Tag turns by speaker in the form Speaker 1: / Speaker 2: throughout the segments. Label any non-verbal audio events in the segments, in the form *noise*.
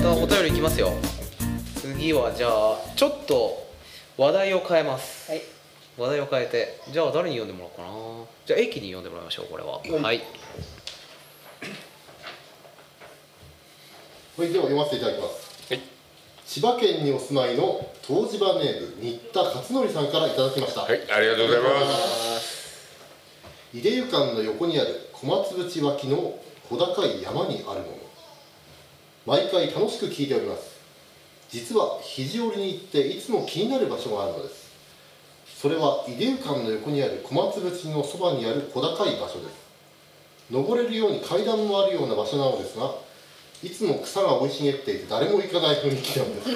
Speaker 1: さあお便りいきますよ次はじゃあちょっと話題を変えます
Speaker 2: はい
Speaker 1: 話題を変えてじゃあ誰に読んでもらおうかなじゃあ駅に読んでもらいましょうこれは
Speaker 3: はい
Speaker 1: はい
Speaker 3: これでは読ませていただきます
Speaker 1: はい
Speaker 3: 千葉県にお住まいの湯治場ネーム新田勝則さんからいただきました、
Speaker 4: はい、ありがとうございます。
Speaker 3: 井出湯館の横にある小松淵脇の小高い山にあるもの毎回楽しく聞いております実は肘折に行っていつも気になる場所があるのですそれは井出湯館の横にある小松淵のそばにある小高い場所です登れるように階段もあるような場所なのですがいつも草が生い茂っていて誰も行かない雰囲気なんです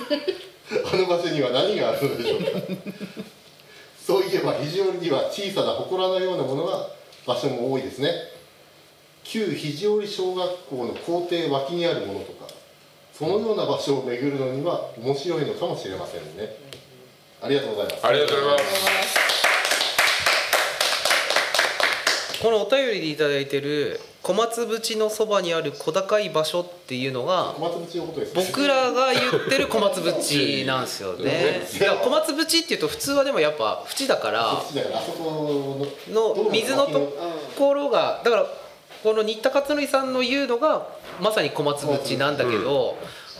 Speaker 3: あの場所には何があるのでしょうかそういえば肘折には小さな祠のようなものが場所も多いですね旧肘折小学校の校庭脇にあるものとかそのような場所を巡るのには面白いのかもしれませんねありがとうございます
Speaker 4: ありがとうございます。
Speaker 1: このお便りでいただいてる小松淵のそばにある小高い場所っていうのが
Speaker 3: 小松口のことですね
Speaker 1: 僕らが言ってる小松淵なんですよねいや小松淵っていうと普通はでもやっぱ淵だから
Speaker 3: だからあそこの
Speaker 1: の水のところがだからこの新田勝則さんの言うのがまさに小松淵なんだけど、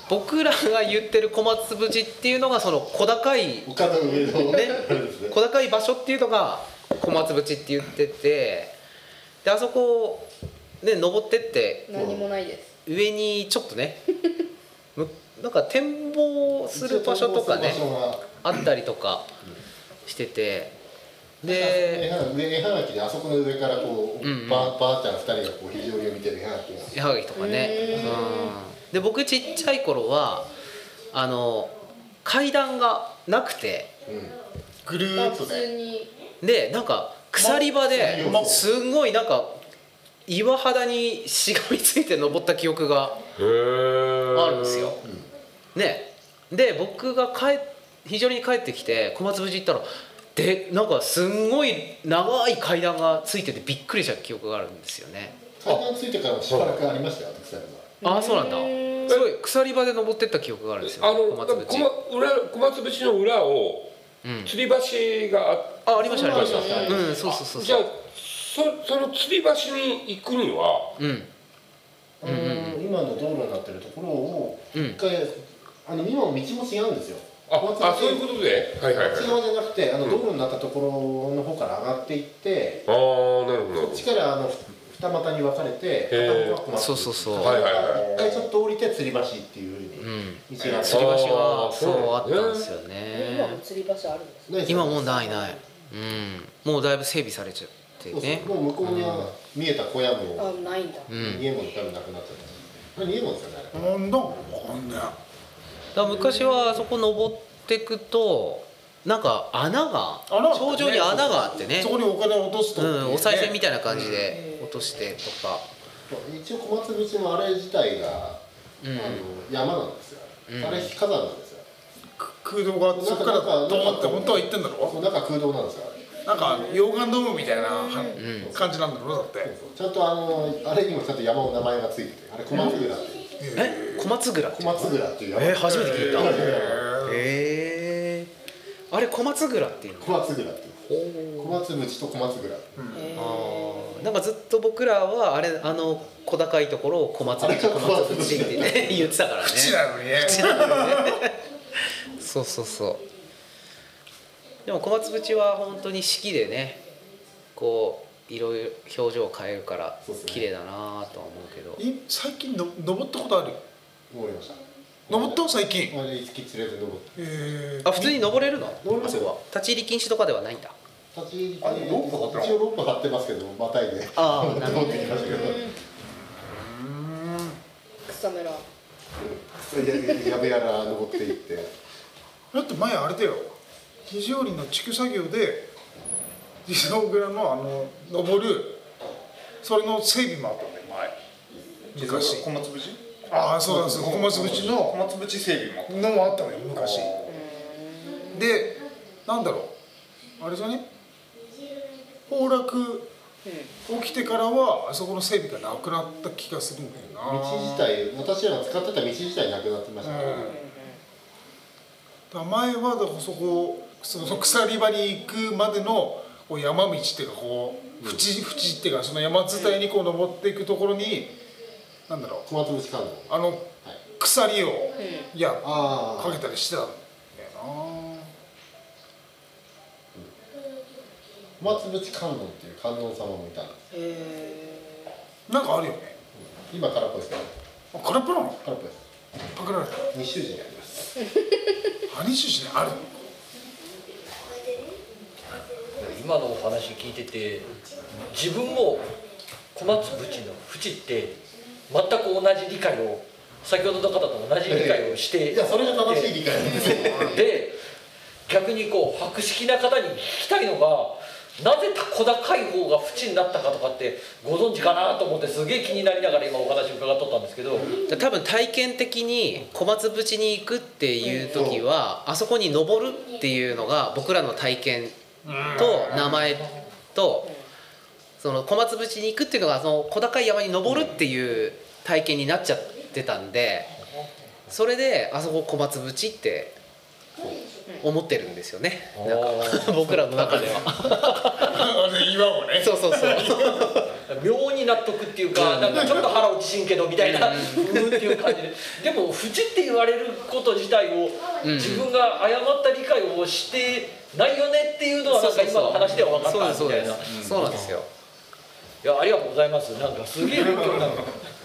Speaker 1: 僕らが言ってる小松淵っていうのがその小高い
Speaker 3: 丘の上の
Speaker 1: ね
Speaker 3: あれですね
Speaker 1: 小高い場所っていうのが小松淵って言っててであそこをね登ってって
Speaker 2: 何もないです
Speaker 1: 上にちょっと
Speaker 3: *laughs*
Speaker 1: ねむなんか展望する場所とかね
Speaker 3: 一応展望する場所が
Speaker 1: あったりとかしてて
Speaker 3: 絵
Speaker 1: で
Speaker 3: はがき絵はがきであそこの上からこう、
Speaker 1: うんうん
Speaker 3: ばばあちゃん二人がこう肘折を見てる絵はがきが
Speaker 1: 絵はがきとかね
Speaker 2: うーん
Speaker 1: うんで僕ちっちゃい頃はあの階段がなくて
Speaker 3: う
Speaker 4: ぐる
Speaker 2: まあ
Speaker 4: ーっと
Speaker 2: 普
Speaker 4: ね。
Speaker 2: 通に
Speaker 1: でなんか鎖場で
Speaker 3: ま
Speaker 1: すんごいなんか岩肌にしがみついて登った記憶が
Speaker 4: へー
Speaker 1: あるんですよ。。ねで僕が帰非常に帰ってきて小松無事行ったらでなんかすんごい長い階段がついててびっくりした記憶があるんですよね。
Speaker 3: ん階段ついてからもしばらくありましたよ草には
Speaker 1: ああそうなんだ
Speaker 2: うー。ん
Speaker 1: すごい鎖場で登ってった記憶があるんですよ。
Speaker 4: あの、
Speaker 1: 小
Speaker 4: なん
Speaker 1: 松
Speaker 4: か
Speaker 1: 無
Speaker 4: 小
Speaker 1: 事。
Speaker 4: 松裏小松節の裏を
Speaker 1: うん。
Speaker 4: 吊り橋があっ
Speaker 1: あありましたありまし
Speaker 3: そうなん
Speaker 1: た。
Speaker 3: だ
Speaker 1: うんそうそうそう
Speaker 4: じゃ
Speaker 1: そ
Speaker 4: あ
Speaker 1: う。
Speaker 4: そその吊り橋に行くには
Speaker 1: うんうん
Speaker 3: あの今の道路になってるところを
Speaker 1: うん
Speaker 3: 一回あの今も道も違うんですよ
Speaker 4: あ
Speaker 3: 小松
Speaker 4: あそういうことで。はいはいはい。あ
Speaker 3: こっち側じゃなくてあの道路になったところの方から上がっていって、
Speaker 4: あーなるほどなる
Speaker 3: こっ
Speaker 4: ほ
Speaker 3: ちからあのふ二股に分かれて
Speaker 4: へー
Speaker 3: 片方が小松
Speaker 1: そうそうそう
Speaker 3: 片方が
Speaker 4: はいはいはい
Speaker 3: 一回ちょっと降りて吊り橋っていうふう
Speaker 1: う
Speaker 3: に
Speaker 1: ん。
Speaker 3: 道があって
Speaker 1: 吊り橋が
Speaker 4: あ
Speaker 1: そ
Speaker 4: ーそう
Speaker 1: うあ
Speaker 4: な
Speaker 1: っ
Speaker 4: んだ
Speaker 1: たんですよ
Speaker 2: 今も
Speaker 1: ね。
Speaker 2: 釣り場所あるんです
Speaker 3: ないですよ
Speaker 1: 今もうないない。うん。もうだいぶ整備されちゃって
Speaker 3: そう
Speaker 1: ね
Speaker 3: そう。もう向こうには見えた小屋
Speaker 2: あ
Speaker 3: も
Speaker 2: ないんだ
Speaker 1: うん。
Speaker 3: 見えも多分なくなっちゃったこれ見えもですよねあれ
Speaker 5: なんだわかんね
Speaker 1: だから昔はあそこ登ってくとなんか穴が
Speaker 5: 穴あったね
Speaker 1: 頂上に穴があって
Speaker 5: え
Speaker 1: ね
Speaker 5: そこにお金落とす
Speaker 1: う
Speaker 5: と、
Speaker 1: ん、お賽銭み
Speaker 5: た
Speaker 1: たいな感じで落としてとか、
Speaker 3: 一応小松口もあれ自体が、
Speaker 1: うん
Speaker 3: あの山なんですよ、
Speaker 1: うん
Speaker 3: あれ火山なんですよ
Speaker 5: 空洞がそこからドーンって本当は行ってんだろ
Speaker 3: そう中空洞なんですよあれ
Speaker 5: なんか溶岩ドームみたいなは
Speaker 1: ん
Speaker 5: 感じなんだろだって
Speaker 3: ちゃんとあのあれにもちゃんと山の名前がついててあれ小松蔵っていう
Speaker 1: え小松蔵
Speaker 3: 小松蔵っていう山
Speaker 1: えー、初めて聞いた
Speaker 3: へ
Speaker 1: えー、あれ小松蔵っていうの
Speaker 3: 小松蔵っていう小松口と小松蔵
Speaker 2: へ
Speaker 1: あーなんかずっと僕らはあれあの小高いところを小松口小松口ってね言ってたからね
Speaker 5: 口なのにね
Speaker 1: そうそうそうでも小松淵は本当に四季でねこういろいろ表情を変えるから
Speaker 3: そうっすね
Speaker 1: 綺麗だなとは思うけど
Speaker 5: い最近の登ったことある
Speaker 3: 登りました
Speaker 5: 登った最近
Speaker 3: あれ一気連れて登って
Speaker 5: え
Speaker 1: あ普通に登れるの
Speaker 3: 登れ
Speaker 1: あ
Speaker 3: ます
Speaker 1: そ
Speaker 3: よ
Speaker 1: こは立ち入り禁止とかではないんだ
Speaker 3: 立ち入り
Speaker 5: あれロープ張ってな
Speaker 3: 一応ロープ張ってますけどまたい *laughs* で
Speaker 1: あーなるほど
Speaker 3: 登ってきましたけど
Speaker 2: 草むら
Speaker 3: やべやら登っていって
Speaker 5: だって前あれだよ肘折の地区作業で地蔵蔵のあの登るそれの整備もあったんだよ前昔
Speaker 6: 小松淵
Speaker 5: ああそうなんです小松口
Speaker 6: 小
Speaker 5: の
Speaker 6: 松淵整備も
Speaker 5: のもあったのよ昔でなんだろうあれじゃね崩落起きてからはあそこの整備がなくなった気がするんだよな
Speaker 3: 道自体私らが使ってた道自体なくなってましたから、
Speaker 5: うんだから前はだからそこその鎖場に行くまでのこう山道っていうかこう縁縁っていうかその山伝いにこう登っていくところになんだろ
Speaker 3: 小松節観音はいう
Speaker 5: あの鎖をいや
Speaker 3: あ
Speaker 5: かけたりしてたんだよ
Speaker 3: あ小松節観音っていう観音様もいたんです
Speaker 2: へえ
Speaker 5: ななんかあるよね
Speaker 3: 今空っぽですから
Speaker 5: あ空っぽなの
Speaker 3: 空っぽです
Speaker 5: パクられた
Speaker 3: 西州寺にあります
Speaker 5: 何出身あるの
Speaker 6: 今のお話聞いてて自分も小松淵の淵って全く同じ理解を先ほどの方と同じ理解をして
Speaker 3: いやそれが正しい理解なんですよ
Speaker 6: で逆にこう博識な方に聞きたいのがなぜ小高い方が淵になったかとかってご存知かなと思ってすげえ気になりながら今お話伺っとったんですけど
Speaker 1: 多分体験的に小松淵に行くっていう時はあそこに登るっていうのが僕らの体験と名前とその小松淵に行くっていうのがその小高い山に登るっていう体験になっちゃってたんでそれであそこ小松淵って思ってるんですよねなんか *laughs* 僕らの中で
Speaker 6: *laughs*
Speaker 1: は
Speaker 5: 岩をね
Speaker 1: そうそうそう
Speaker 6: 妙に納得っていうかなんかちょっと腹落ちしんけどみたいなうーんっていう感じででも「不治」って言われること自体を
Speaker 1: ん
Speaker 6: 自分が誤った理解をしてないよねっていうのはなんか今の話では分
Speaker 1: そう
Speaker 6: か
Speaker 1: で
Speaker 6: っ
Speaker 1: す
Speaker 6: た
Speaker 1: そう
Speaker 6: みた
Speaker 1: で
Speaker 6: いな。
Speaker 1: すそうなんですよ
Speaker 6: いやありがとうございますなんかすげえ勉強になる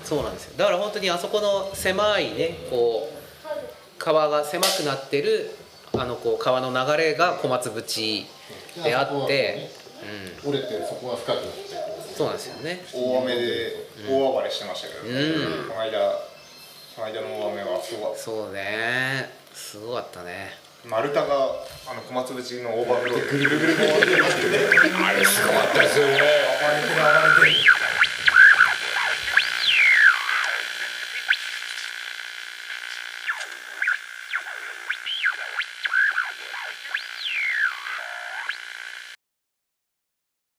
Speaker 1: そうなんですよだから本当にあそこの狭いねこう川が狭くなってるあのこう川の流れが小松淵であって、
Speaker 3: 折れてそこが深くなって
Speaker 1: うん、そうなんですよね
Speaker 7: 大雨で大暴れしてましたけど、
Speaker 1: う
Speaker 7: この間この間の大雨はすごい
Speaker 1: そうねすごかったね
Speaker 7: 丸太があの小松淵のオーバーフローでぐるぐるぐる回ってる
Speaker 4: あれすごかったですよね